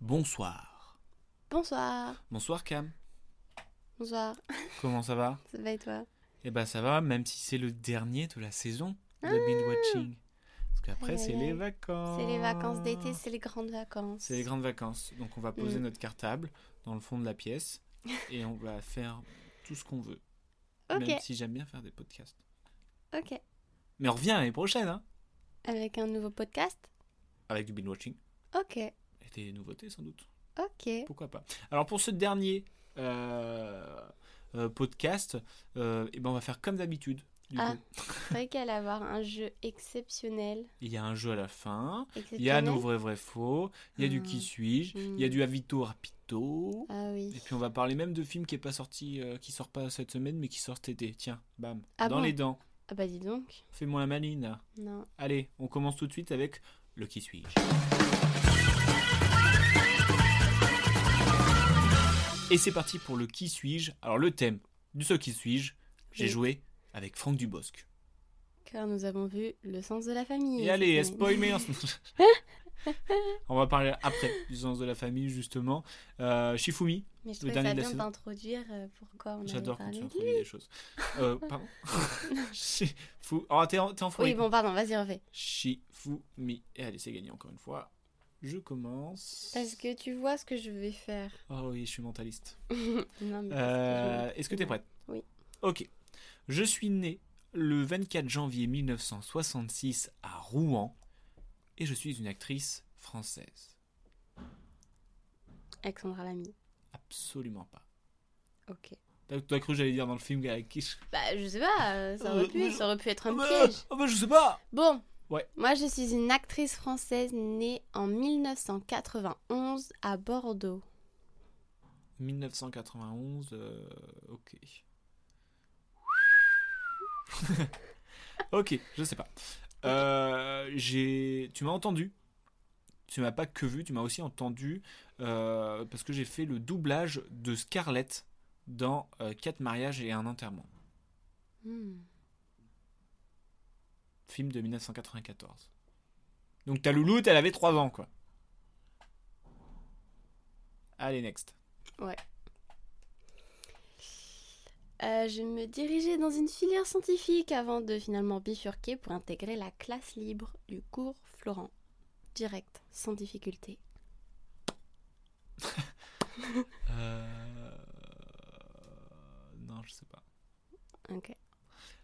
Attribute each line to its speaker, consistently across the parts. Speaker 1: Bonsoir.
Speaker 2: Bonsoir.
Speaker 1: Bonsoir Cam.
Speaker 2: Bonsoir.
Speaker 1: Comment ça va
Speaker 2: Ça va et toi
Speaker 1: Eh ben ça va, même si c'est le dernier de la saison de binge watching. Parce qu'après,
Speaker 2: Ah. Aïe,
Speaker 1: c'est
Speaker 2: aïe,
Speaker 1: les
Speaker 2: aïe.
Speaker 1: vacances.
Speaker 2: C'est les vacances d'été, c'est les grandes vacances.
Speaker 1: C'est les grandes vacances. Donc on va poser
Speaker 2: Mm.
Speaker 1: notre cartable dans le fond de la pièce et on va faire tout ce qu'on veut.
Speaker 2: Ok.
Speaker 1: Même si j'aime bien faire des podcasts.
Speaker 2: Ok.
Speaker 1: Mais on revient l'année prochaine, hein
Speaker 2: Avec un nouveau podcast
Speaker 1: Avec du binge watching
Speaker 2: Ok.
Speaker 1: et des nouveautés sans doute.
Speaker 2: Ok.
Speaker 1: Pourquoi pas Alors pour ce dernier euh, euh, podcast, euh, eh ben on va faire comme d'habitude. Du
Speaker 2: Ah.
Speaker 1: coup.
Speaker 2: Je croyais qu'elle allait avoir un jeu exceptionnel.
Speaker 1: Il y a un jeu à la fin,
Speaker 2: exceptionnel.
Speaker 1: il y a nos vrais vrais faux, il y a du
Speaker 2: Hmm.
Speaker 1: qui suis-je, il y a
Speaker 2: Hmm.
Speaker 1: du avito rapito.
Speaker 2: Ah
Speaker 1: Et
Speaker 2: oui.
Speaker 1: puis on va parler même de film qui est pas sorti, euh, qui sort pas cette semaine, mais qui sort cet été. Tiens, bam,
Speaker 2: Ah
Speaker 1: dans
Speaker 2: bon
Speaker 1: les dents.
Speaker 2: Ah bah dis donc.
Speaker 1: Fais-moi la maline. là.
Speaker 2: Non.
Speaker 1: Allez, on commence tout de suite avec le qui suis-je. Et c'est parti pour le qui suis-je. Alors le thème de ce qui suis-je, j'ai
Speaker 2: Oui.
Speaker 1: joué avec Franck Dubosc.
Speaker 2: Car nous avons vu le sens de la famille.
Speaker 1: Et allez, elle
Speaker 2: cette semaine.
Speaker 1: spoil meilleur. On va parler après du sens de la famille justement. Euh, Shifumi,
Speaker 2: Mais
Speaker 1: le
Speaker 2: je trouvais ça
Speaker 1: dernier de la
Speaker 2: bien
Speaker 1: saison.
Speaker 2: d'introduire euh, pourquoi on allait
Speaker 1: J'adore quand
Speaker 2: parler
Speaker 1: tu
Speaker 2: de
Speaker 1: introduis les choses. Euh, pardon Shifu... Oh, t'es en, t'es en
Speaker 2: lui.
Speaker 1: folie.
Speaker 2: Oui, bon, pardon, vas-y, refais.
Speaker 1: Shifumi. Et allez, c'est gagné encore une fois. Je commence.
Speaker 2: Parce que tu vois ce que je vais faire.
Speaker 1: Oh oui, je suis mentaliste.
Speaker 2: Non, mais
Speaker 1: Euh,
Speaker 2: parce que je-
Speaker 1: Est-ce que t'es prête
Speaker 2: Oui.
Speaker 1: Ok. Je suis né le 24 janvier 1966 à Rouen et je suis une actrice française.
Speaker 2: Alexandra Lamy.
Speaker 1: Absolument pas.
Speaker 2: Ok.
Speaker 1: T'as t'as cru que j'allais dire dans le film avec qui je...
Speaker 2: Bah, je sais pas, euh, ça aurait
Speaker 1: Euh, mais
Speaker 2: pu,
Speaker 1: je-
Speaker 2: ça aurait pu être un
Speaker 1: Ah bah,
Speaker 2: piège.
Speaker 1: ah bah, je sais pas
Speaker 2: Bon.
Speaker 1: Ouais.
Speaker 2: Moi, je suis une actrice française née en 1991 à Bordeaux.
Speaker 1: 1991, euh, ok. ok, je sais pas. Euh, j'ai, tu m'as entendu. Tu m'as pas que vu, tu m'as aussi entendu euh, parce que j'ai fait le doublage de Scarlett dans euh, Quatre mariages et un enterrement,
Speaker 2: Hmm.
Speaker 1: film de 1994. Donc ta louloute, elle avait 3 ans quoi. Allez next.
Speaker 2: Euh, je me dirigeais dans une filière scientifique avant de finalement bifurquer pour intégrer la classe libre du cours Florent. Direct, sans difficulté.
Speaker 1: Euh... Non, je sais pas.
Speaker 2: Ok.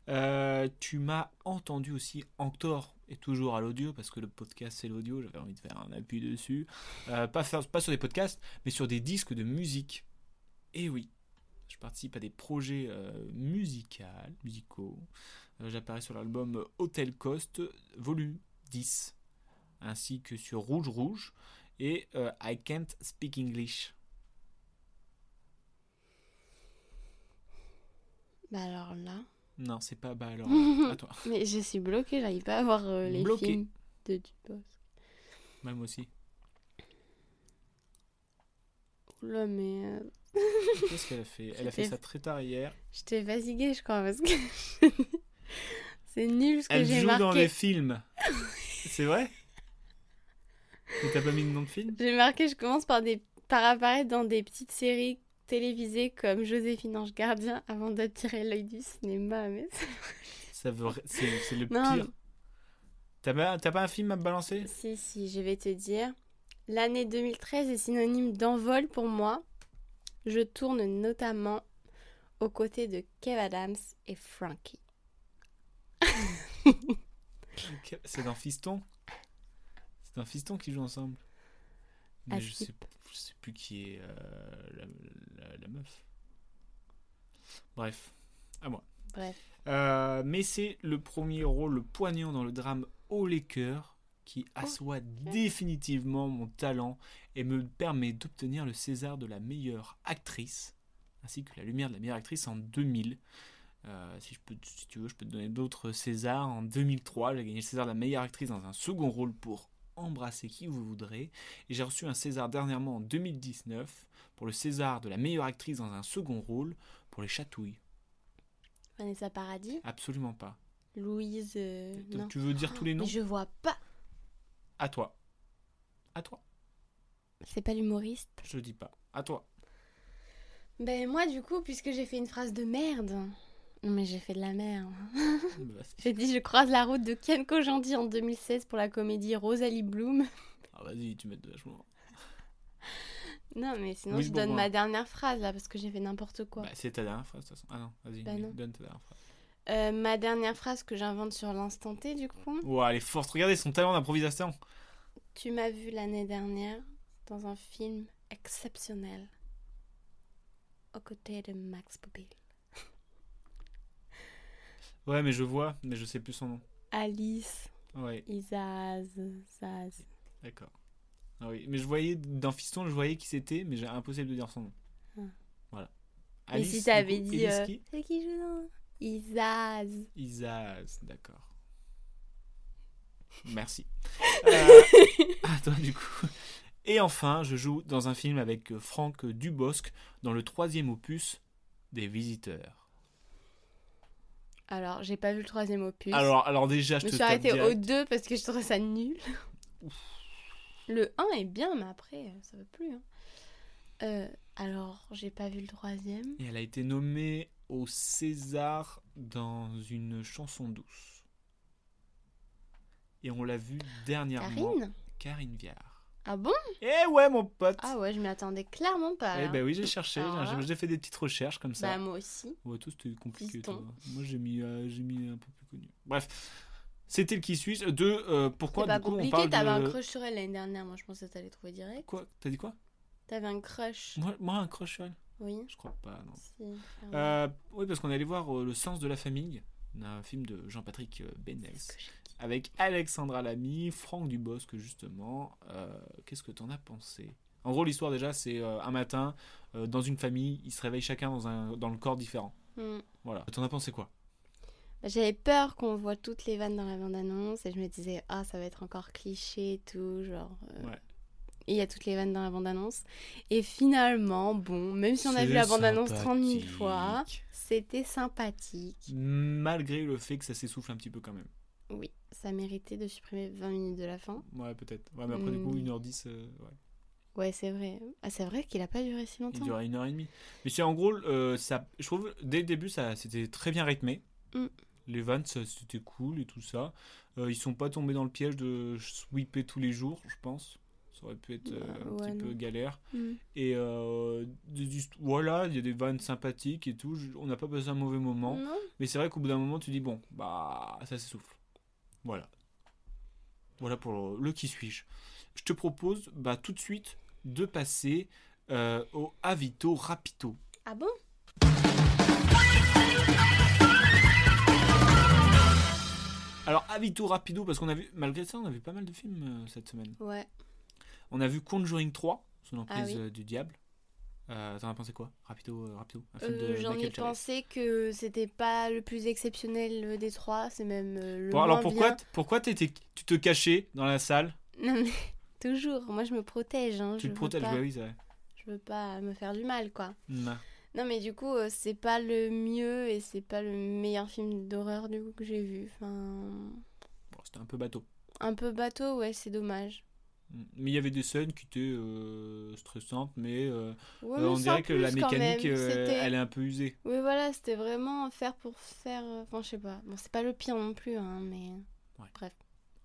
Speaker 1: Euh, tu m'as entendu aussi encore et toujours à l'audio parce que le podcast c'est l'audio. J'avais envie de faire un appui dessus, Euh, pas, faire- pas sur des podcasts, mais sur des disques de musique. Et oui, je participe à des projets euh, musicales, musicaux. Euh, J'apparais sur l'album Hotel Cost volume 10, ainsi que sur Rouge Rouge et euh, I Can't Speak English.
Speaker 2: Bah alors là.
Speaker 1: Non, c'est pas bah alors à toi.
Speaker 2: Mais je suis bloquée, j'arrive pas à voir euh, les
Speaker 1: Bloquée.
Speaker 2: films de Dubosc.
Speaker 1: Bah, moi aussi.
Speaker 2: Oula, mais euh,
Speaker 1: Qu'est-ce qu'elle a fait Elle a
Speaker 2: C'était-
Speaker 1: fait ça très tard hier.
Speaker 2: je t'ai fatiguée, je crois, parce que c'est nul ce que
Speaker 1: Elle
Speaker 2: j'ai
Speaker 1: joue
Speaker 2: marqué.
Speaker 1: dans les films. C'est vrai Mais t'as pas mis le nom de film
Speaker 2: J'ai marqué, je commence par, des, par apparaître dans des petites séries télévisées comme Joséphine Ange Gardien avant d'attirer l'œil du cinéma. Mais
Speaker 1: Ça veut... ri- C'est c'est le
Speaker 2: Non.
Speaker 1: pire. T'as pas, t'as pas un film à me balancer
Speaker 2: si, si, je vais te dire. L'année 2013 est synonyme d'envol pour moi. Je tourne notamment aux côtés de Kev Adams et Frankie.
Speaker 1: Ok, C'est dans Fiston C'est dans Fiston qui joue ensemble.
Speaker 2: Ah,
Speaker 1: Mais je sais,
Speaker 2: skip.
Speaker 1: je sais plus qui est euh, la, la- la meuf. Bref, à moi.
Speaker 2: Bref.
Speaker 1: Euh, mais c'est le premier rôle poignant dans le drame Au les cœurs qui assoit définitivement mon talent et me permet d'obtenir le César de la meilleure actrice, ainsi que la Lumière de la meilleure actrice en 2000. Euh, si, je peux, si tu veux, je peux te donner d'autres Césars. En 2003, j'ai gagné le César de la meilleure actrice dans un second rôle pour Embrasser qui vous voudrez. Et j'ai reçu un César dernièrement en 2019 pour le César de la meilleure actrice dans un second rôle pour Les Chatouilles.
Speaker 2: Vanessa Paradis,
Speaker 1: Absolument pas.
Speaker 2: Louise. euh,
Speaker 1: Donc,
Speaker 2: non.
Speaker 1: tu veux dire tous les
Speaker 2: Mais
Speaker 1: noms
Speaker 2: je vois pas.
Speaker 1: À toi. À toi.
Speaker 2: C'est pas l'humoriste.
Speaker 1: Je le dis pas. À toi.
Speaker 2: Ben moi du coup, puisque j'ai fait une phrase de merde. Non mais j'ai fait de la merde.
Speaker 1: Bah,
Speaker 2: J'ai dit je croise la route de Ken Kojandi en 2016 pour la comédie Rosalie Bloom.
Speaker 1: Ah, vas-y, tu m'aides vachement.
Speaker 2: Non mais sinon
Speaker 1: Oui,
Speaker 2: je
Speaker 1: bon,
Speaker 2: donne
Speaker 1: bon.
Speaker 2: ma dernière phrase là parce que j'ai fait n'importe quoi.
Speaker 1: Bah, c'est ta dernière phrase, de toute façon. Ah non, vas-y,
Speaker 2: Bah non.
Speaker 1: donne ta dernière phrase.
Speaker 2: Euh, ma dernière phrase que j'invente sur l'instant T du coup.
Speaker 1: Ouah, elle est forte. Regardez son talent d'improvisation.
Speaker 2: Tu m'as vu l'année dernière dans un film exceptionnel aux côtés de Max Boublil.
Speaker 1: Ouais, mais je vois, mais je sais plus son nom.
Speaker 2: Alice,
Speaker 1: Ouais,
Speaker 2: Isaz, Zaz.
Speaker 1: d'accord. Ah oui, mais je voyais d'un fiston, je voyais qui c'était, mais j'ai impossible de dire son nom.
Speaker 2: Ah.
Speaker 1: Voilà.
Speaker 2: Et
Speaker 1: Alice,
Speaker 2: si
Speaker 1: du
Speaker 2: t'avais
Speaker 1: coup,
Speaker 2: dit.
Speaker 1: Alice
Speaker 2: euh,
Speaker 1: qui
Speaker 2: C'est qui joue dans Isaz.
Speaker 1: Isaz, d'accord. Merci. Euh, à toi, du coup. Et enfin, je joue dans un film avec euh, Franck Dubosc dans le troisième opus des Visiteurs.
Speaker 2: Alors, j'ai pas vu le troisième opus.
Speaker 1: Alors, alors déjà, je
Speaker 2: je me
Speaker 1: te
Speaker 2: suis
Speaker 1: tape
Speaker 2: arrêtée au
Speaker 1: direct.
Speaker 2: 2 parce que je trouvais ça nul. Le 1 est bien, mais après, euh, ça va plus. hein. Euh, alors, j'ai pas vu le troisième.
Speaker 1: Et elle a été nommée au César dans une chanson douce. Et on l'a vue dernièrement.
Speaker 2: Karine
Speaker 1: Karine Viard.
Speaker 2: Ah bon
Speaker 1: Eh ouais, mon pote
Speaker 2: Ah ouais, je m'y attendais clairement pas. hein.
Speaker 1: Eh
Speaker 2: là.
Speaker 1: ben oui, j'ai cherché,
Speaker 2: Alors là.
Speaker 1: j'ai- j'ai fait des petites recherches comme ça.
Speaker 2: bah, moi aussi.
Speaker 1: Ouais, toi, c'était compliqué.
Speaker 2: Fiston.
Speaker 1: toi. Moi, j'ai mis, euh, j'ai mis un peu plus connu. Bref, c'était le qui suit. De euh, pourquoi
Speaker 2: C'est pas
Speaker 1: du coup on
Speaker 2: compliqué,
Speaker 1: parle
Speaker 2: t'avais
Speaker 1: de...
Speaker 2: un crush sur elle l'année dernière. Moi, je pensais que t'allais trouver direct.
Speaker 1: Quoi T'as dit quoi
Speaker 2: T'avais un crush.
Speaker 1: moi, moi, un crush sur elle
Speaker 2: Oui.
Speaker 1: Je crois pas, non.
Speaker 2: Si, clairement.
Speaker 1: Euh, oui, parce qu'on est allé voir euh, Le sens de la famille, un film de Jean-Patrick euh, Benels,
Speaker 2: C'est ce que j'ai dit.
Speaker 1: avec Alexandra Lamy, Franck Dubosc, justement. Euh, Qu'est-ce que t'en as pensé En gros, l'histoire, déjà, c'est euh, un matin, euh, dans une famille, ils se réveillent chacun dans, un, dans le corps différent.
Speaker 2: Hmm.
Speaker 1: Voilà. T'en as pensé quoi
Speaker 2: Bah, J'avais peur qu'on voit toutes les vannes dans la bande-annonce et je me disais, ah, ça va être encore cliché et tout, genre. euh,
Speaker 1: Ouais.
Speaker 2: Et il y a toutes les vannes dans la bande-annonce. Et finalement, bon, même si on a vu la bande-annonce 30 000 fois, c'était sympathique.
Speaker 1: Malgré le fait que ça s'essouffle un petit peu quand même.
Speaker 2: Oui, ça méritait de supprimer 20 minutes de la fin.
Speaker 1: Ouais, peut-être. Ouais, mais après, du
Speaker 2: Hmm.
Speaker 1: coup, 1h10, euh, ouais.
Speaker 2: Ouais, c'est vrai. Ah, c'est vrai qu'il a pas duré si
Speaker 1: il
Speaker 2: longtemps.
Speaker 1: durait 1h30. Mais c'est en gros, euh, ça, je trouve, dès le début, ça, c'était très bien rythmé.
Speaker 2: Mm.
Speaker 1: Les vannes, ça, c'était cool et tout ça. Euh, ils sont pas tombés dans le piège de sweeper tous les jours, je pense. Ça aurait pu être euh,
Speaker 2: Bah,
Speaker 1: un
Speaker 2: ouais,
Speaker 1: petit peu
Speaker 2: non.
Speaker 1: galère.
Speaker 2: Mm.
Speaker 1: Et euh, des hist- voilà, il y a des vannes sympathiques et tout. Je- on n'a pas passé un mauvais moment.
Speaker 2: Non.
Speaker 1: Mais c'est vrai qu'au bout d'un moment, tu dis bon, bah, ça s'essouffle. Voilà. Voilà pour le, le qui suis-je. Je te propose bah, tout de suite de passer euh, au Avito Rapito.
Speaker 2: Ah bon
Speaker 1: Alors, Avito Rapido, parce qu'on a vu, malgré ça, on a vu pas mal de films euh, cette semaine.
Speaker 2: Ouais.
Speaker 1: On a vu Conjuring 3, sous
Speaker 2: Ah
Speaker 1: l'emprise
Speaker 2: oui.
Speaker 1: euh, du diable. Euh, T'en as pensé quoi Rapido, euh, Rapido un film
Speaker 2: Euh,
Speaker 1: de
Speaker 2: J'en ai
Speaker 1: Michael Chavez.
Speaker 2: pensé que c'était pas le plus exceptionnel euh, des trois, c'est même euh, le
Speaker 1: Bon, alors
Speaker 2: moins
Speaker 1: pourquoi,
Speaker 2: bien.
Speaker 1: t- pourquoi t'étais- tu te cachais dans la salle
Speaker 2: Non mais toujours, moi je me protège. Hein,
Speaker 1: Tu
Speaker 2: je
Speaker 1: te
Speaker 2: veux
Speaker 1: protèges,
Speaker 2: pas-
Speaker 1: ouais, oui, c'est vrai. Hmm.
Speaker 2: Je veux pas me faire du mal quoi.
Speaker 1: Non.
Speaker 2: Non mais du coup euh, c'est pas le mieux et c'est pas le meilleur film d'horreur du coup que j'ai vu. Enfin,
Speaker 1: Bon, C'était un peu bateau.
Speaker 2: un peu bateau ouais c'est dommage.
Speaker 1: Mm. Mais il y avait des scènes qui étaient euh, stressantes, mais euh,
Speaker 2: Ouais,
Speaker 1: euh,
Speaker 2: mais
Speaker 1: on
Speaker 2: sans
Speaker 1: dirait que la
Speaker 2: plus, quand
Speaker 1: mécanique,
Speaker 2: même.
Speaker 1: euh,
Speaker 2: C'était-
Speaker 1: elle est un peu usée.
Speaker 2: Oui voilà c'était vraiment faire pour faire. euh, Enfin je sais pas. Bon c'est pas le pire non plus hein mais.
Speaker 1: Ouais.
Speaker 2: Bref.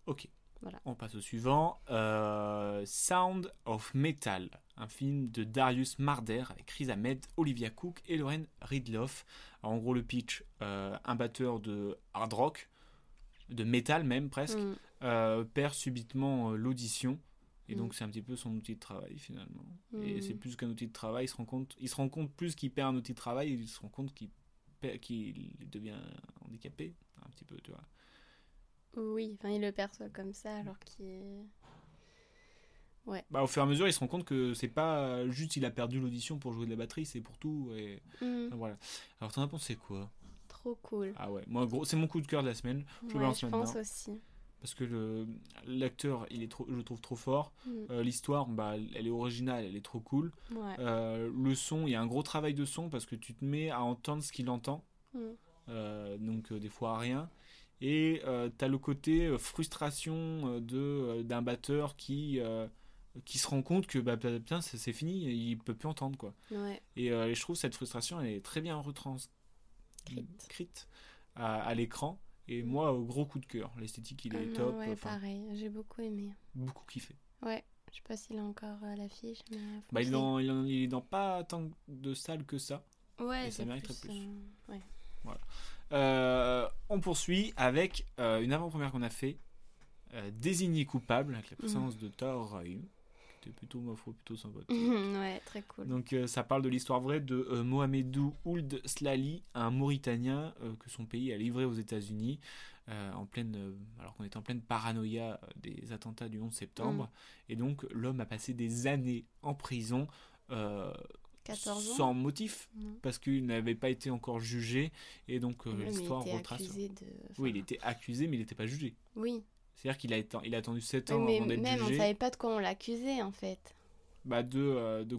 Speaker 1: Ok.
Speaker 2: Voilà.
Speaker 1: On passe au suivant. Euh, Sound of Metal, un film de Darius Marder avec Riz Ahmed, Olivia Cook et Lauren Ridloff. Alors, en gros, le pitch, euh, un batteur de hard rock, de métal même presque,
Speaker 2: Hmm.
Speaker 1: euh, perd subitement euh, l'audition. Et donc
Speaker 2: Mm.
Speaker 1: c'est un petit peu son outil de travail finalement.
Speaker 2: Mm.
Speaker 1: Et c'est plus qu'un outil de travail, il se rend compte, il se rend compte plus qu'il perd un outil de travail, il se rend compte qu'il perd- qu'il devient handicapé un petit peu, tu vois.
Speaker 2: Oui, enfin, il le perçoit comme ça alors qu'il est...
Speaker 1: Bah, au fur et à mesure, il se rend compte que c'est pas juste il a perdu l'audition pour jouer de la batterie, c'est pour tout. Et...
Speaker 2: Hmm,
Speaker 1: Ah, Voilà. Alors, t'en as pensé quoi
Speaker 2: trop cool.
Speaker 1: Ah ouais, moi, gros, c'est mon coup de cœur de la semaine.
Speaker 2: Ouais,
Speaker 1: le lance
Speaker 2: je pense
Speaker 1: maintenant.
Speaker 2: aussi.
Speaker 1: Parce que le- l'acteur, il est trop, je le trouve trop fort.
Speaker 2: Mm.
Speaker 1: Euh, L'histoire, bah, elle est originale, elle est trop cool.
Speaker 2: Ouais.
Speaker 1: Euh, le son, il y a un gros travail de son parce que tu te mets à entendre ce qu'il entend.
Speaker 2: Mm.
Speaker 1: Euh, donc euh, des fois à rien. Et euh, t'as le côté euh, frustration euh, de euh, d'un batteur qui euh, qui se rend compte que bah putain c'est c'est fini, il peut plus entendre quoi.
Speaker 2: Ouais.
Speaker 1: Et euh, je trouve cette frustration elle est très bien retranscrite
Speaker 2: Crite.
Speaker 1: à, à l'écran. Et moi au gros coup de cœur, l'esthétique il
Speaker 2: Mm. Ah
Speaker 1: est
Speaker 2: non,
Speaker 1: top,
Speaker 2: ouais,
Speaker 1: enfin,
Speaker 2: pareil, j'ai beaucoup aimé.
Speaker 1: beaucoup kiffé.
Speaker 2: Ouais, je sais pas s'il a encore euh, l'affiche, mais... euh, faut
Speaker 1: Bah il est
Speaker 2: que-
Speaker 1: dans, il en- il est dans pas tant de salles que ça.
Speaker 2: Ouais,
Speaker 1: et ça
Speaker 2: c'est
Speaker 1: mériterait plus.
Speaker 2: euh, ouais.
Speaker 1: Euh, on poursuit avec euh, une avant-première qu'on a fait, euh, désigné coupable, avec la présence de Thor Rahim, qui était plutôt, ma foi, plutôt sympathique.
Speaker 2: Mm-hmm. ouais, très cool.
Speaker 1: Donc euh, ça parle de l'histoire vraie de euh, Mohamedou Ould Slali, un Mauritanien euh, que son pays a livré aux États-Unis euh, en pleine, euh, alors qu'on était en pleine paranoïa euh, des attentats du 11 septembre. Et donc l'homme a passé des années en prison. euh,
Speaker 2: 14 ans
Speaker 1: sans euh, motif
Speaker 2: Non.
Speaker 1: parce qu'il n'avait pas été encore jugé et donc euh,
Speaker 2: Ouais, mais il
Speaker 1: l'histoire
Speaker 2: était
Speaker 1: retrace euh,
Speaker 2: accusé de...
Speaker 1: oui, il
Speaker 2: enfin,
Speaker 1: était accusé, mais il n'était pas jugé.
Speaker 2: Oui,
Speaker 1: C'est-à-dire qu'il a, été- il a attendu 7
Speaker 2: Oui,
Speaker 1: ans
Speaker 2: mais
Speaker 1: avant d'être
Speaker 2: même,
Speaker 1: jugé
Speaker 2: on savait pas de quoi on l'accusait, en fait.
Speaker 1: bah, de, euh, de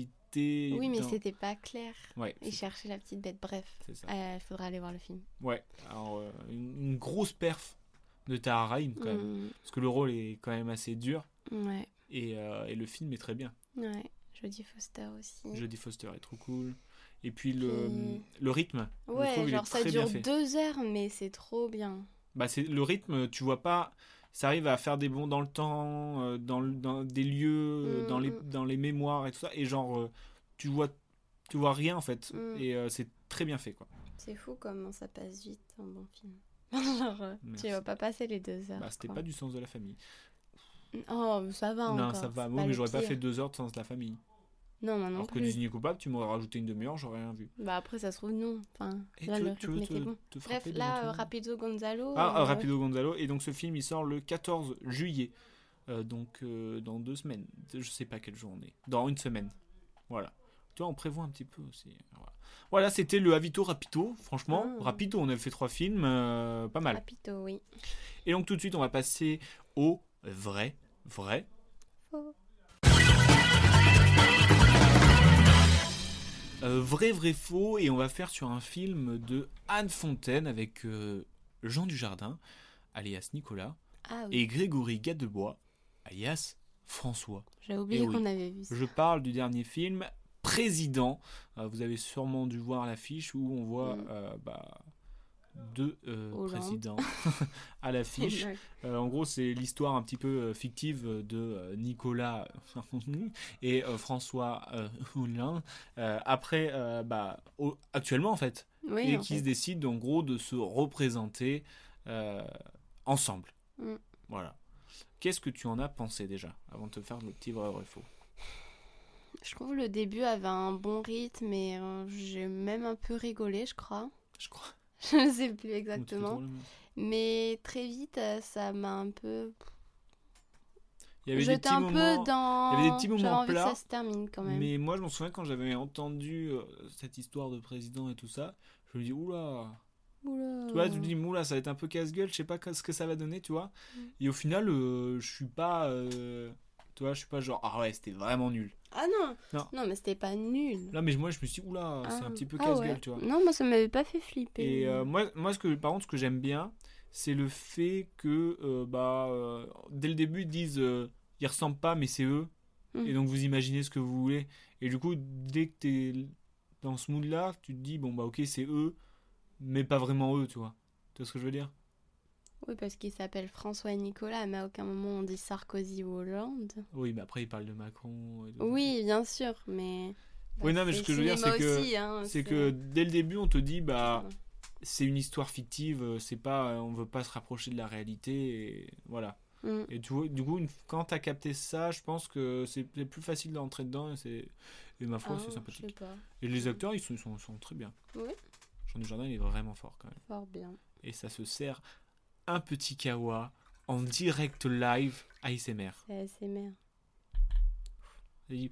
Speaker 1: complicité.
Speaker 2: Oui, mais
Speaker 1: d'un-
Speaker 2: c'était pas clair.
Speaker 1: Ouais,
Speaker 2: Il
Speaker 1: c'est-
Speaker 2: cherchait la petite bête, bref. Euh,
Speaker 1: c'est ça.
Speaker 2: Il faudra aller voir le film.
Speaker 1: Ouais, alors euh, une, une grosse perf de Tahar Rahim, quand même.
Speaker 2: Mm,
Speaker 1: Parce que le rôle est quand même assez dur
Speaker 2: ouais,
Speaker 1: et, euh, et le film est très bien.
Speaker 2: ouais. Jodie Foster aussi.
Speaker 1: Jodie Foster est trop cool. Et puis le,
Speaker 2: Puis-
Speaker 1: le rythme. je
Speaker 2: Ouais,
Speaker 1: trouve, il est
Speaker 2: genre ça
Speaker 1: très bien
Speaker 2: dure
Speaker 1: fait.
Speaker 2: deux heures, mais c'est trop bien.
Speaker 1: Bah, c'est le rythme, tu vois pas. Ça arrive à faire des bonds dans le temps, euh, dans, le- dans des lieux, euh,
Speaker 2: Mm,
Speaker 1: dans, les,
Speaker 2: mm.
Speaker 1: dans les mémoires et tout ça. Et genre, euh, tu vois, tu vois rien en fait.
Speaker 2: Mm.
Speaker 1: Et euh, c'est très bien fait quoi.
Speaker 2: C'est fou comment ça passe vite un bon film. genre, euh,
Speaker 1: Merci.
Speaker 2: tu vas pas passer les deux heures.
Speaker 1: Bah, c'était
Speaker 2: quoi.
Speaker 1: pas du sens de la famille.
Speaker 2: Oh, ça va
Speaker 1: non,
Speaker 2: encore.
Speaker 1: ça va.
Speaker 2: c'est
Speaker 1: Oui,
Speaker 2: pas
Speaker 1: mais
Speaker 2: le
Speaker 1: j'aurais pas
Speaker 2: pire.
Speaker 1: fait deux heures de sens de la famille.
Speaker 2: Non, moi non
Speaker 1: Alors que
Speaker 2: plus.
Speaker 1: Désigné coupable, tu m'aurais rajouté une demi-heure, j'aurais rien vu.
Speaker 2: Bah après, ça se trouve, non. Enfin,
Speaker 1: Et
Speaker 2: là,
Speaker 1: tu,
Speaker 2: le
Speaker 1: tu
Speaker 2: rythme
Speaker 1: veux
Speaker 2: était
Speaker 1: te,
Speaker 2: bon.
Speaker 1: te
Speaker 2: Bref,
Speaker 1: frapper de
Speaker 2: là,
Speaker 1: ton-
Speaker 2: euh, Rapido Gonzalo.
Speaker 1: Ah,
Speaker 2: euh,
Speaker 1: euh, Rapido Gonzalo. Et donc ce film, il sort le 14 juillet. Euh, donc euh, dans deux semaines. Je sais pas quelle journée. Dans une semaine. Voilà. Toi, on prévoit un petit peu aussi. Voilà, Voilà, c'était le Avito Rapido. Franchement,
Speaker 2: Ah.
Speaker 1: Rapido, on a fait trois films. euh, pas mal.
Speaker 2: Rapido, oui.
Speaker 1: Et donc tout de suite, on va passer au vrai, vrai.
Speaker 2: Faux.
Speaker 1: Euh, vrai, vrai, faux, et on va faire sur un film de Anne Fontaine avec euh, Jean Dujardin, alias Nicolas,
Speaker 2: Ah oui,
Speaker 1: et Grégory Gadebois, alias François.
Speaker 2: j'avais oublié
Speaker 1: et oui.
Speaker 2: qu'on avait vu ça.
Speaker 1: Je parle du dernier film, Président. Euh, vous avez sûrement dû voir l'affiche où on voit
Speaker 2: Mm.
Speaker 1: euh, bah, deux euh,
Speaker 2: Hollande.
Speaker 1: présidents à l'affiche. Euh, en gros, c'est l'histoire un petit peu euh, fictive de euh, Nicolas et euh, François euh, Hollande euh, après, euh, bah, au- actuellement en fait,
Speaker 2: Oui,
Speaker 1: et
Speaker 2: en
Speaker 1: qui
Speaker 2: fait.
Speaker 1: se décident en gros de se représenter euh, ensemble.
Speaker 2: Mm.
Speaker 1: Voilà. Qu'est-ce que tu en as pensé déjà avant de te faire le petit vrai vrai faux
Speaker 2: Je trouve le début avait un bon rythme et euh, j'ai même un peu rigolé, je crois.
Speaker 1: Je crois.
Speaker 2: Je ne sais
Speaker 1: Comment
Speaker 2: plus
Speaker 1: tu fais
Speaker 2: exactement.
Speaker 1: drôle, hein
Speaker 2: Mais très vite, euh, ça m'a un peu.
Speaker 1: Il y avait des
Speaker 2: J'étais
Speaker 1: petits
Speaker 2: un
Speaker 1: moments.
Speaker 2: peu dans.
Speaker 1: il y avait des petits
Speaker 2: J'avais
Speaker 1: moments
Speaker 2: envie que ça
Speaker 1: plats,
Speaker 2: se termine quand même.
Speaker 1: Mais moi, je m'en souviens quand j'avais entendu euh, cette histoire de président et tout ça, je me dis oula.
Speaker 2: Oula.
Speaker 1: Tu vois, tu te dis, oula, ça va être un peu casse-gueule, je sais pas ce que ça va donner, tu vois.
Speaker 2: Mm.
Speaker 1: Et au final, euh, je suis pas. euh, tu vois, je suis pas genre, ah ouais, c'était vraiment nul.
Speaker 2: Ah non
Speaker 1: Non.
Speaker 2: mais c'était pas nul.
Speaker 1: Là, mais moi, je me suis dit, oula, c'est
Speaker 2: Ah.
Speaker 1: un petit peu
Speaker 2: Ah
Speaker 1: casse-gueule,
Speaker 2: ouais.
Speaker 1: tu vois.
Speaker 2: Non, moi ça m'avait pas fait flipper.
Speaker 1: Et euh, moi, moi ce que, par contre, ce que j'aime bien, c'est le fait que, euh, bah, euh, dès le début, ils disent, euh, ils ressemblent pas, mais c'est eux.
Speaker 2: Mm.
Speaker 1: Et donc, vous imaginez ce que vous voulez. Et du coup, dès que t'es dans ce mood-là, tu te dis, bon, bah, ok, c'est eux, mais pas vraiment eux, tu vois. Tu vois ce que je veux dire
Speaker 2: Oui, parce qu'il s'appelle François et Nicolas, mais à aucun moment on dit Sarkozy ou Hollande.
Speaker 1: Oui, mais après, ils parlent de Macron. et de-
Speaker 2: Oui, bien sûr, mais.
Speaker 1: Mhm.
Speaker 2: bah,
Speaker 1: Oui, non, mais
Speaker 2: c'est
Speaker 1: ce que je veux dire,
Speaker 2: cinéma
Speaker 1: c'est que-
Speaker 2: aussi, hein,
Speaker 1: C'est que dès le début, on te dit, bah, c'est une histoire fictive, euh, c'est pas, euh, on veut pas se rapprocher de la réalité, et voilà.
Speaker 2: Mm.
Speaker 1: Et tu vois, du coup, une- quand t'as capté ça, je pense que c'est c'est plus facile d'entrer dedans, et, c'est- et ma foi,
Speaker 2: Ah,
Speaker 1: c'est
Speaker 2: Je sais
Speaker 1: sympathique.
Speaker 2: pas.
Speaker 1: Et les acteurs, ils sont, ils sont, sont très bien.
Speaker 2: Oui.
Speaker 1: Jean Dujardin, il est vraiment fort quand même.
Speaker 2: Fort bien.
Speaker 1: Et ça se sert un petit kawa en direct live ASMR.
Speaker 2: C'est ASMR.
Speaker 1: Il-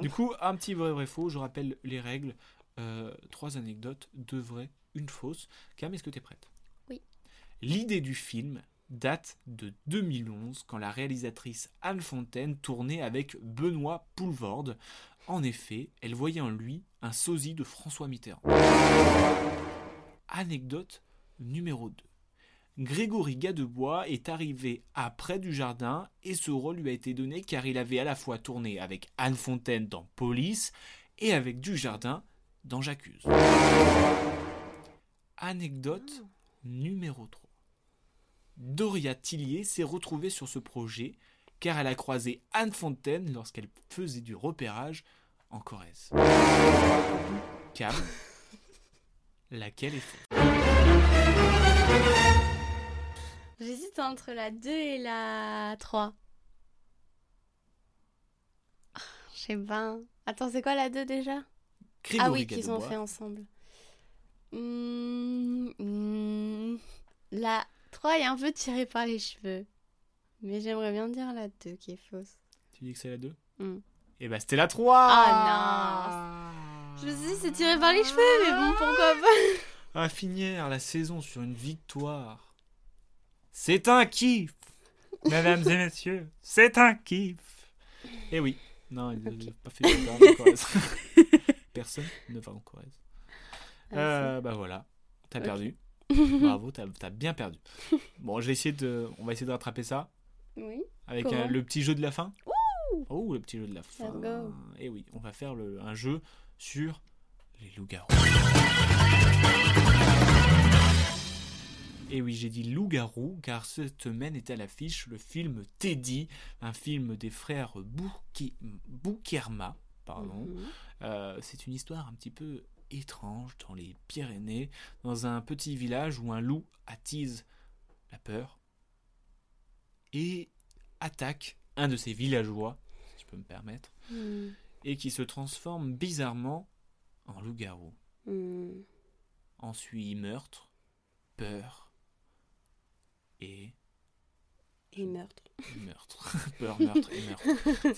Speaker 1: Du coup, un petit vrai vrai faux, je rappelle les règles. Euh, trois anecdotes, deux vraies, une fausse. Cam, est-ce que tu es prête
Speaker 2: Oui.
Speaker 1: L'idée du film date de 2011 quand la réalisatrice Anne Fontaine tournait avec Benoît Poulvorde. En effet, elle voyait en lui un sosie de François Mitterrand. Anecdote numéro 2. Grégory Gadebois est arrivé après du jardin et ce rôle lui a été donné car il avait à la fois tourné avec Anne Fontaine dans Police et avec Dujardin dans J'accuse. Anecdote numéro 3. Doria Tillier s'est retrouvée sur ce projet car elle a croisé Anne Fontaine lorsqu'elle faisait du repérage en Corrèze. Cam, laquelle est fausse
Speaker 2: J'hésite entre la 2 et la 3. Je sais pas. Ah, Attends, c'est quoi la 2 déjà Ah
Speaker 1: Grégory
Speaker 2: oui, qu'ils ont
Speaker 1: Gadebois.
Speaker 2: fait ensemble. Hmm, hmm, la 3 est un peu tirée par les cheveux. Mais j'aimerais bien dire la 2 qui est fausse.
Speaker 1: Tu dis que c'est la 2
Speaker 2: Mm.
Speaker 1: Et bah c'était la 3
Speaker 2: Ah
Speaker 1: non
Speaker 2: Je me suis dit, c'est tiré par les cheveux, mais bon, pourquoi pas
Speaker 1: À finir la saison sur une victoire. C'est un kiff Mesdames et messieurs, c'est un kiff Eh oui, non, ils n'ont
Speaker 2: Ok.
Speaker 1: pas fait de vacances en Corrèze. Personne ne va en Corrèze.
Speaker 2: Ah,
Speaker 1: Euh, bah voilà, t'as
Speaker 2: Ok.
Speaker 1: perdu.
Speaker 2: si.
Speaker 1: Bravo, t'as as bien perdu. Bon, je vais essayer de, on va essayer de rattraper ça.
Speaker 2: Oui.
Speaker 1: Avec
Speaker 2: Comment
Speaker 1: euh, le petit jeu de la fin. oh, le petit jeu de la fin.
Speaker 2: go.
Speaker 1: Et oui, on va faire le- un jeu sur les loups-garous. Et Eh oui, j'ai dit loups-garous car cette semaine est à l'affiche le film Teddy, un film des frères Bouki- Boukerma. Pardon.
Speaker 2: Mhm.
Speaker 1: Euh, c'est une histoire un petit peu étrange dans les Pyrénées, dans un petit village où un loup attise la peur et attaque un de ses villageois, si je peux me permettre,
Speaker 2: Mhm.
Speaker 1: et qui se transforme bizarrement en loup-garou.
Speaker 2: Mhm.
Speaker 1: Ensuite, meurtre, peur et
Speaker 2: Et meurtre.
Speaker 1: meurtre. peur, meurtre et meurtre.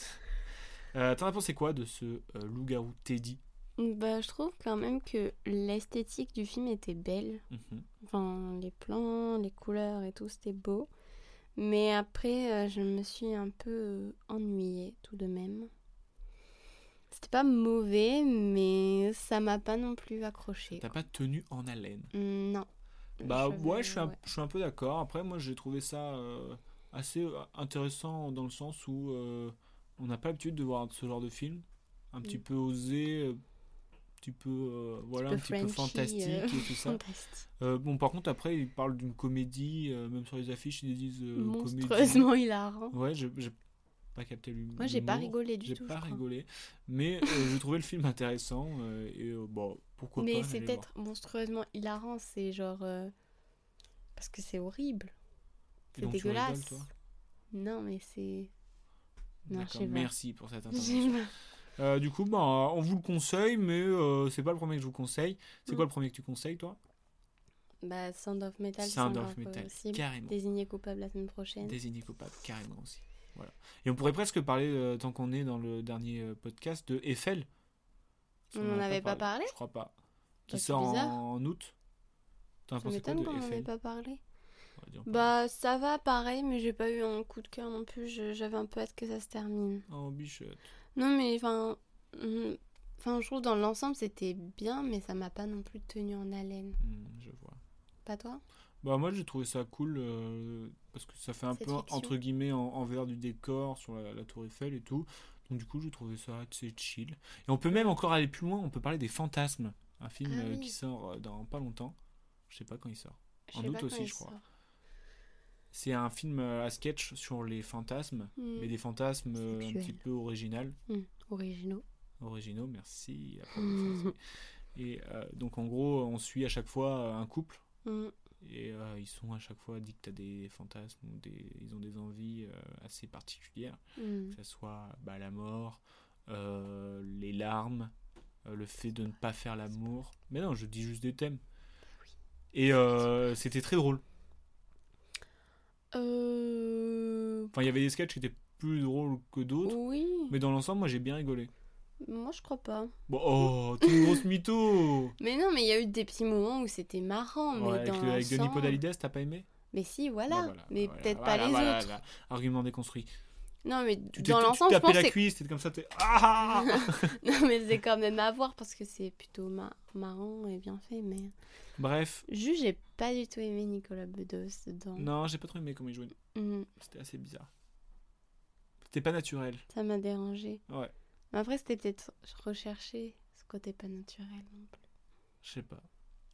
Speaker 1: Euh, T'en as pensé quoi de ce euh, loup-garou Teddy
Speaker 2: Bah, je trouve quand même que l'esthétique du film était belle.
Speaker 1: Mhm.
Speaker 2: Enfin, les plans, les couleurs et tout, c'était beau. Mais après, euh, je me suis un peu euh, ennuyée tout de même. C'était pas mauvais, mais ça m'a pas non plus accroché.
Speaker 1: T'as pas tenu en haleine
Speaker 2: Non.
Speaker 1: Bah
Speaker 2: vais-
Speaker 1: ouais, je suis, un,
Speaker 2: ouais.
Speaker 1: je suis un peu d'accord. Après, moi, j'ai trouvé ça euh, assez euh, intéressant dans le sens où euh, on n'a pas l'habitude de voir ce genre de film. Un petit
Speaker 2: Mm.
Speaker 1: peu osé, euh, un petit peu, euh, voilà,
Speaker 2: peu
Speaker 1: un petit peu
Speaker 2: Frenchy,
Speaker 1: fantastique
Speaker 2: euh,
Speaker 1: et tout ça.
Speaker 2: Fantastique.
Speaker 1: Euh, bon, par contre, après, ils parlent d'une comédie, euh, même sur les affiches, ils disent euh, comédie.
Speaker 2: Monstrueusement hilarant.
Speaker 1: Ouais, j'ai j'ai pas capté l'humour.
Speaker 2: Moi, j'ai pas rigolé du
Speaker 1: J'ai
Speaker 2: tout.
Speaker 1: pas
Speaker 2: je crois.
Speaker 1: rigolé, mais euh, j'ai trouvé le film intéressant euh, et euh, bon, pourquoi pas.
Speaker 2: Mais c'est
Speaker 1: j'allais voir.
Speaker 2: peut-être monstrueusement hilarant, c'est genre. euh, Parce que c'est horrible.
Speaker 1: Et
Speaker 2: C'est
Speaker 1: donc, tu rigoles,
Speaker 2: dégueulasse.
Speaker 1: toi
Speaker 2: non, mais c'est. Non, je
Speaker 1: D'accord,
Speaker 2: sais pas.
Speaker 1: merci pour cette intervention.
Speaker 2: J'ai pas-
Speaker 1: Euh, du coup, ben, euh, on vous le conseille, mais euh, c'est pas le premier que je vous conseille. C'est
Speaker 2: Mm.
Speaker 1: quoi le premier que tu conseilles, toi
Speaker 2: Bah, Sound of Metal, c'est
Speaker 1: Sound
Speaker 2: encore
Speaker 1: of Metal,
Speaker 2: possible.
Speaker 1: carrément.
Speaker 2: Désigné coupable la semaine prochaine.
Speaker 1: Désigné coupable, carrément aussi. Voilà. Et on pourrait presque parler, euh, tant qu'on est dans le dernier euh, podcast, de Eiffel. Parce
Speaker 2: On
Speaker 1: qu'on
Speaker 2: en
Speaker 1: en a
Speaker 2: avait pas parlé
Speaker 1: Je crois pas. Qui
Speaker 2: Bah, c'est
Speaker 1: sort
Speaker 2: bizarre.
Speaker 1: en, en août. T'en as
Speaker 2: Ça
Speaker 1: pensé quoi
Speaker 2: m'étonne
Speaker 1: de
Speaker 2: qu'on en ait
Speaker 1: Eiffel
Speaker 2: pas parlé.
Speaker 1: On va dire, on peut-
Speaker 2: Bah, ça va, pareil, mais j'ai pas eu un coup de cœur non plus. Je- J'avais un peu hâte que ça se termine.
Speaker 1: Oh, bichette.
Speaker 2: Non, mais enfin. hum, Enfin, je trouve dans l'ensemble c'était bien, mais ça m'a pas non plus tenu en haleine.
Speaker 1: Hmm, je vois.
Speaker 2: Pas toi
Speaker 1: Bah moi j'ai trouvé ça cool euh, parce que ça fait un
Speaker 2: Cette
Speaker 1: peu
Speaker 2: fiction.
Speaker 1: entre guillemets en, envers du décor sur la, la tour Eiffel et tout. Donc du coup j'ai trouvé ça assez chill. Et on peut même encore aller plus loin, on peut parler des fantasmes. Un film
Speaker 2: Ah
Speaker 1: euh,
Speaker 2: oui.
Speaker 1: qui sort euh, dans pas longtemps. Je sais pas quand il sort.
Speaker 2: Je
Speaker 1: En
Speaker 2: sais
Speaker 1: août
Speaker 2: pas quand
Speaker 1: aussi,
Speaker 2: il
Speaker 1: je crois.
Speaker 2: sort.
Speaker 1: C'est un film euh, à sketch sur les fantasmes,
Speaker 2: Hmm.
Speaker 1: mais des fantasmes euh, un
Speaker 2: Sexuels.
Speaker 1: petit peu original.
Speaker 2: Hmm, Originaux.
Speaker 1: originaux, merci. à propos de français. Et euh, donc en gros on suit à chaque fois euh, un couple
Speaker 2: Hmm.
Speaker 1: et euh, ils sont à chaque fois addicts à des fantasmes ou des, ils ont des envies euh, assez particulières,
Speaker 2: Hmm.
Speaker 1: que ce soit bah, la mort, euh, les larmes, euh, le fait de ne pas faire l'amour. Mais non, je dis juste des thèmes. Et euh, c'était très drôle.
Speaker 2: Euh...
Speaker 1: Enfin, il y avait des sketchs qui étaient plus drôles que d'autres,
Speaker 2: Oui.
Speaker 1: mais dans l'ensemble, moi j'ai bien rigolé.
Speaker 2: Moi, je crois pas.
Speaker 1: Bon, oh, t'es une grosse mytho
Speaker 2: Mais non, mais il y a eu des petits moments où c'était marrant.
Speaker 1: Ouais,
Speaker 2: mais
Speaker 1: Avec,
Speaker 2: dans
Speaker 1: le- avec Denis
Speaker 2: l'ensemble-
Speaker 1: Podalides, t'as pas aimé
Speaker 2: Mais si, voilà.
Speaker 1: Bah, voilà,
Speaker 2: mais
Speaker 1: voilà,
Speaker 2: peut-être
Speaker 1: voilà,
Speaker 2: pas les
Speaker 1: voilà,
Speaker 2: autres.
Speaker 1: voilà. Argument déconstruit.
Speaker 2: Non, mais
Speaker 1: Tu t'es-
Speaker 2: dans
Speaker 1: tu
Speaker 2: l'ensemble, je
Speaker 1: tapais
Speaker 2: pense
Speaker 1: la
Speaker 2: que
Speaker 1: cuisse, t'es comme ça, t'es. Ah
Speaker 2: Non, mais c'est quand même à voir parce que c'est plutôt ma- marrant et bien fait. Mais
Speaker 1: Bref,
Speaker 2: juste, j'ai pas du tout aimé Nicolas Bedos dedans.
Speaker 1: non, j'ai pas trop aimé comment il jouait.
Speaker 2: Mm,
Speaker 1: C'était assez bizarre. C'était pas naturel.
Speaker 2: ça m'a dérangé.
Speaker 1: Ouais,
Speaker 2: Mais après, c'était peut-être recherché ce côté pas naturel non plus.
Speaker 1: je sais pas.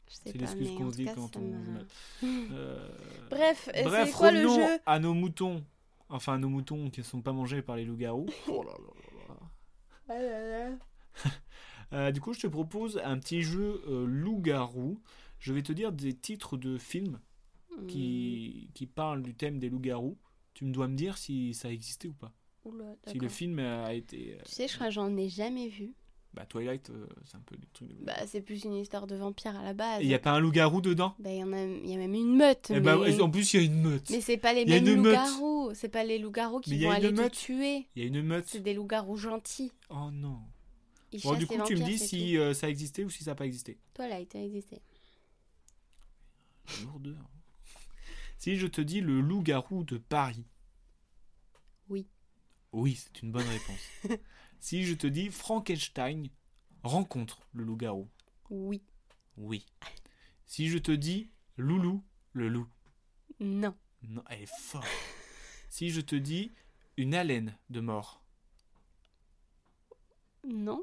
Speaker 2: Je sais
Speaker 1: C'est
Speaker 2: pas.
Speaker 1: l'excuse
Speaker 2: mais
Speaker 1: qu'on
Speaker 2: en
Speaker 1: se
Speaker 2: tout
Speaker 1: dit
Speaker 2: cas,
Speaker 1: quand
Speaker 2: ça
Speaker 1: on.
Speaker 2: m'a-
Speaker 1: Euh,
Speaker 2: Bref, euh,
Speaker 1: Bref,
Speaker 2: c'est quoi le
Speaker 1: revenons
Speaker 2: jeu
Speaker 1: à nos moutons. Enfin, à nos moutons qui ne sont pas mangés par les loups-garous. Oh là là là Ah là. Euh, du coup, je te propose un petit jeu euh, loup-garou. Je vais te dire des titres de films
Speaker 2: Mm. Hmm.
Speaker 1: qui, qui parlent du thème des loups-garous. Tu me dois me dire si ça existait ou pas.
Speaker 2: Mm, oula,
Speaker 1: Si le
Speaker 2: d'accord.
Speaker 1: film a été. euh,
Speaker 2: Tu sais, je crois que j'en ai jamais vu.
Speaker 1: bah, Twilight, euh, c'est un peu des trucs. de-
Speaker 2: Bah, c'est plus une histoire de vampire à la base.
Speaker 1: Et il n'y a pas un loup-garou dedans
Speaker 2: Bah, il y en a, il y a même une meute.
Speaker 1: Eh
Speaker 2: mais...
Speaker 1: bah, En plus, il y a une meute.
Speaker 2: mais c'est pas les
Speaker 1: il y a
Speaker 2: mêmes
Speaker 1: une meute.
Speaker 2: loups-garous. C'est pas les loups-garous
Speaker 1: Mais
Speaker 2: qui
Speaker 1: il y a
Speaker 2: vont
Speaker 1: une
Speaker 2: aller
Speaker 1: meute.
Speaker 2: te tuer.
Speaker 1: Il y a une meute.
Speaker 2: C'est des loups-garous gentils.
Speaker 1: Oh non.
Speaker 2: Ils
Speaker 1: Bon,
Speaker 2: chassent
Speaker 1: du
Speaker 2: les
Speaker 1: coup, tu me
Speaker 2: vampires,
Speaker 1: dis
Speaker 2: c'est
Speaker 1: si euh, ça existait ou si ça n'a pas existé.
Speaker 2: tout. Twilight a existé.
Speaker 1: Lourdeur. hein. si je te dis le loup-garou de Paris.
Speaker 2: Oui.
Speaker 1: Oui, c'est une bonne réponse. si je te dis Frankenstein rencontre le loup-garou.
Speaker 2: Oui.
Speaker 1: Oui. Si je te dis Loulou, le loup.
Speaker 2: Non.
Speaker 1: Non, elle est forte. si je te dis une haleine de mort.
Speaker 2: Non.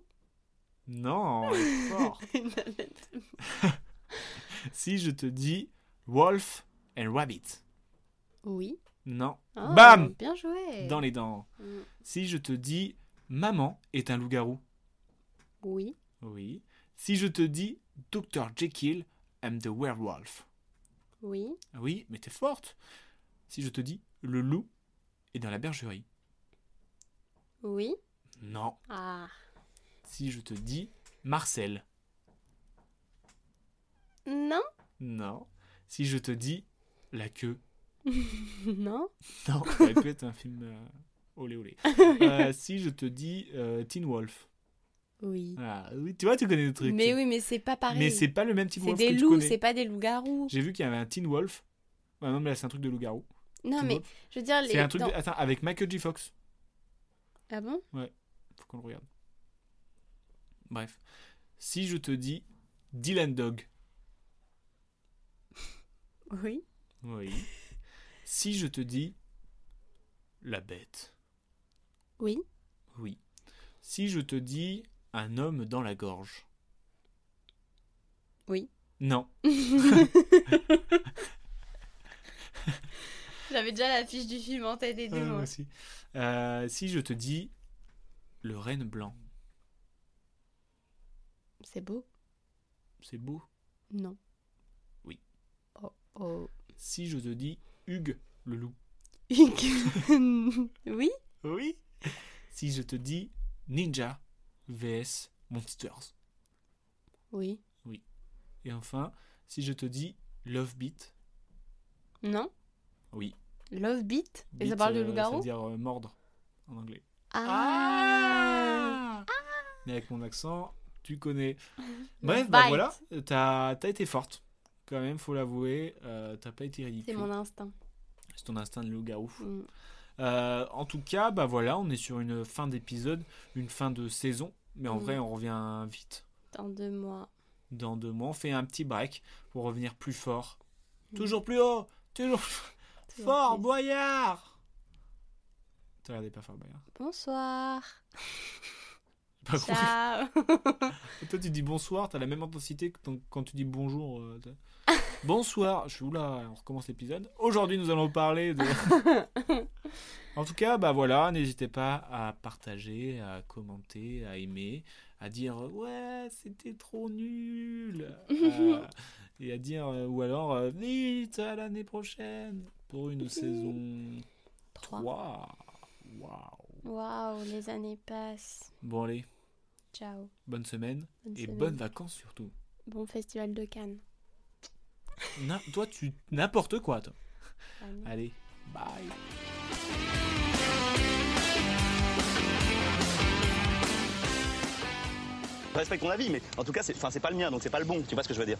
Speaker 1: Non, elle est forte.
Speaker 2: Une haleine de-
Speaker 1: si je te dis Wolf and Rabbit.
Speaker 2: oui.
Speaker 1: Non.
Speaker 2: Ah,
Speaker 1: Bam
Speaker 2: Bien joué.
Speaker 1: Dans les dents.
Speaker 2: Mm,
Speaker 1: Si je te dis Maman est un loup-garou.
Speaker 2: Oui.
Speaker 1: Oui. Si je te dis Dr. Jekyll and the Werewolf.
Speaker 2: Oui.
Speaker 1: Oui, mais t'es forte. Si je te dis Le loup est dans la bergerie.
Speaker 2: Oui.
Speaker 1: Non.
Speaker 2: Ah.
Speaker 1: Si je te dis Marcel.
Speaker 2: Non.
Speaker 1: Non. Si je te dis La queue.
Speaker 2: non.
Speaker 1: Non. Ça aurait pu être un film. euh, Olé olé. Euh, si je te dis euh, Teen Wolf.
Speaker 2: Oui.
Speaker 1: Ah, oui, tu vois, tu connais le truc.
Speaker 2: Mais oui, mais c'est pas pareil.
Speaker 1: Mais c'est pas le même Teen
Speaker 2: C'est
Speaker 1: Wolf
Speaker 2: des
Speaker 1: que tu
Speaker 2: loups,
Speaker 1: connais.
Speaker 2: c'est pas des loups-garous.
Speaker 1: J'ai vu qu'il y avait un Teen Wolf. Ouais, non, mais là, c'est un truc de loup-garou.
Speaker 2: Non,
Speaker 1: Teen
Speaker 2: mais
Speaker 1: Wolf.
Speaker 2: je veux dire, les.
Speaker 1: C'est un truc
Speaker 2: dans-
Speaker 1: de- Attends, avec Michael J. Fox.
Speaker 2: Ah bon
Speaker 1: Faut qu'on le regarde. Bref. Si je te dis Dylan Dog.
Speaker 2: Oui.
Speaker 1: Oui. si je te dis La Bête.
Speaker 2: Oui.
Speaker 1: Oui. Si je te dis Un homme dans la gorge.
Speaker 2: Oui.
Speaker 1: Non.
Speaker 2: J'avais déjà l'affiche du film en tête et tout.
Speaker 1: Euh, moi
Speaker 2: moi.
Speaker 1: aussi. Euh, si je te dis Le Renne Blanc.
Speaker 2: C'est beau
Speaker 1: C'est beau.
Speaker 2: Non.
Speaker 1: Oui.
Speaker 2: Oh oh.
Speaker 1: Si je te dis Hugues le loup.
Speaker 2: oui
Speaker 1: Oui. Si je te dis Ninja vs Monsters.
Speaker 2: Oui.
Speaker 1: Et enfin, si je te dis Love Beat.
Speaker 2: Non
Speaker 1: Oui.
Speaker 2: Love Beat Et ça
Speaker 1: Beat,
Speaker 2: parle de
Speaker 1: euh, Ça
Speaker 2: loup-garou
Speaker 1: veut dire euh, mordre en anglais.
Speaker 2: Ah
Speaker 1: Mais avec mon accent, tu connais. Bref,
Speaker 2: Bite.
Speaker 1: bah voilà, t'as as été forte. Quand même, faut l'avouer, euh, t'as pas été
Speaker 2: C'est
Speaker 1: ridicule.
Speaker 2: mon instinct.
Speaker 1: C'est ton instinct de loup-garou.
Speaker 2: Mm.
Speaker 1: Euh, en tout cas, bah voilà, on est sur une fin d'épisode, une fin de saison. Mais en
Speaker 2: Mm.
Speaker 1: vrai, on revient vite.
Speaker 2: Dans deux mois.
Speaker 1: dans deux mois, on fait un petit break pour revenir plus fort.
Speaker 2: Mm.
Speaker 1: Toujours plus haut, toujours
Speaker 2: Toujours
Speaker 1: fort,
Speaker 2: plus.
Speaker 1: boyard T'as regardé pas fort, boyard
Speaker 2: Bonsoir.
Speaker 1: J'ai pas compris.
Speaker 2: Ciao.
Speaker 1: Toi, tu dis bonsoir, t'as la même intensité que ton- quand tu dis bonjour. euh, t'as- bonsoir, je suis là, on recommence l'épisode. Aujourd'hui, nous allons parler de. en tout cas, bah voilà, n'hésitez pas à partager, à commenter, à aimer, à dire ouais, c'était trop nul. euh, et à dire, euh, ou alors, euh, vite à l'année prochaine pour une saison
Speaker 2: Trois.
Speaker 1: 3. Waouh.
Speaker 2: Waouh, les années passent.
Speaker 1: Bon, allez,
Speaker 2: Ciao.
Speaker 1: bonne semaine
Speaker 2: Bonne
Speaker 1: et
Speaker 2: semaine.
Speaker 1: bonnes vacances surtout.
Speaker 2: Bon festival de Cannes.
Speaker 1: Na- toi, tu n'importe quoi, toi.
Speaker 2: Ah non.
Speaker 1: Allez, bye.
Speaker 3: Je respecte ton avis, mais en tout cas, c'est enfin, c'est pas le mien, donc c'est pas le bon. Tu vois ce que je veux dire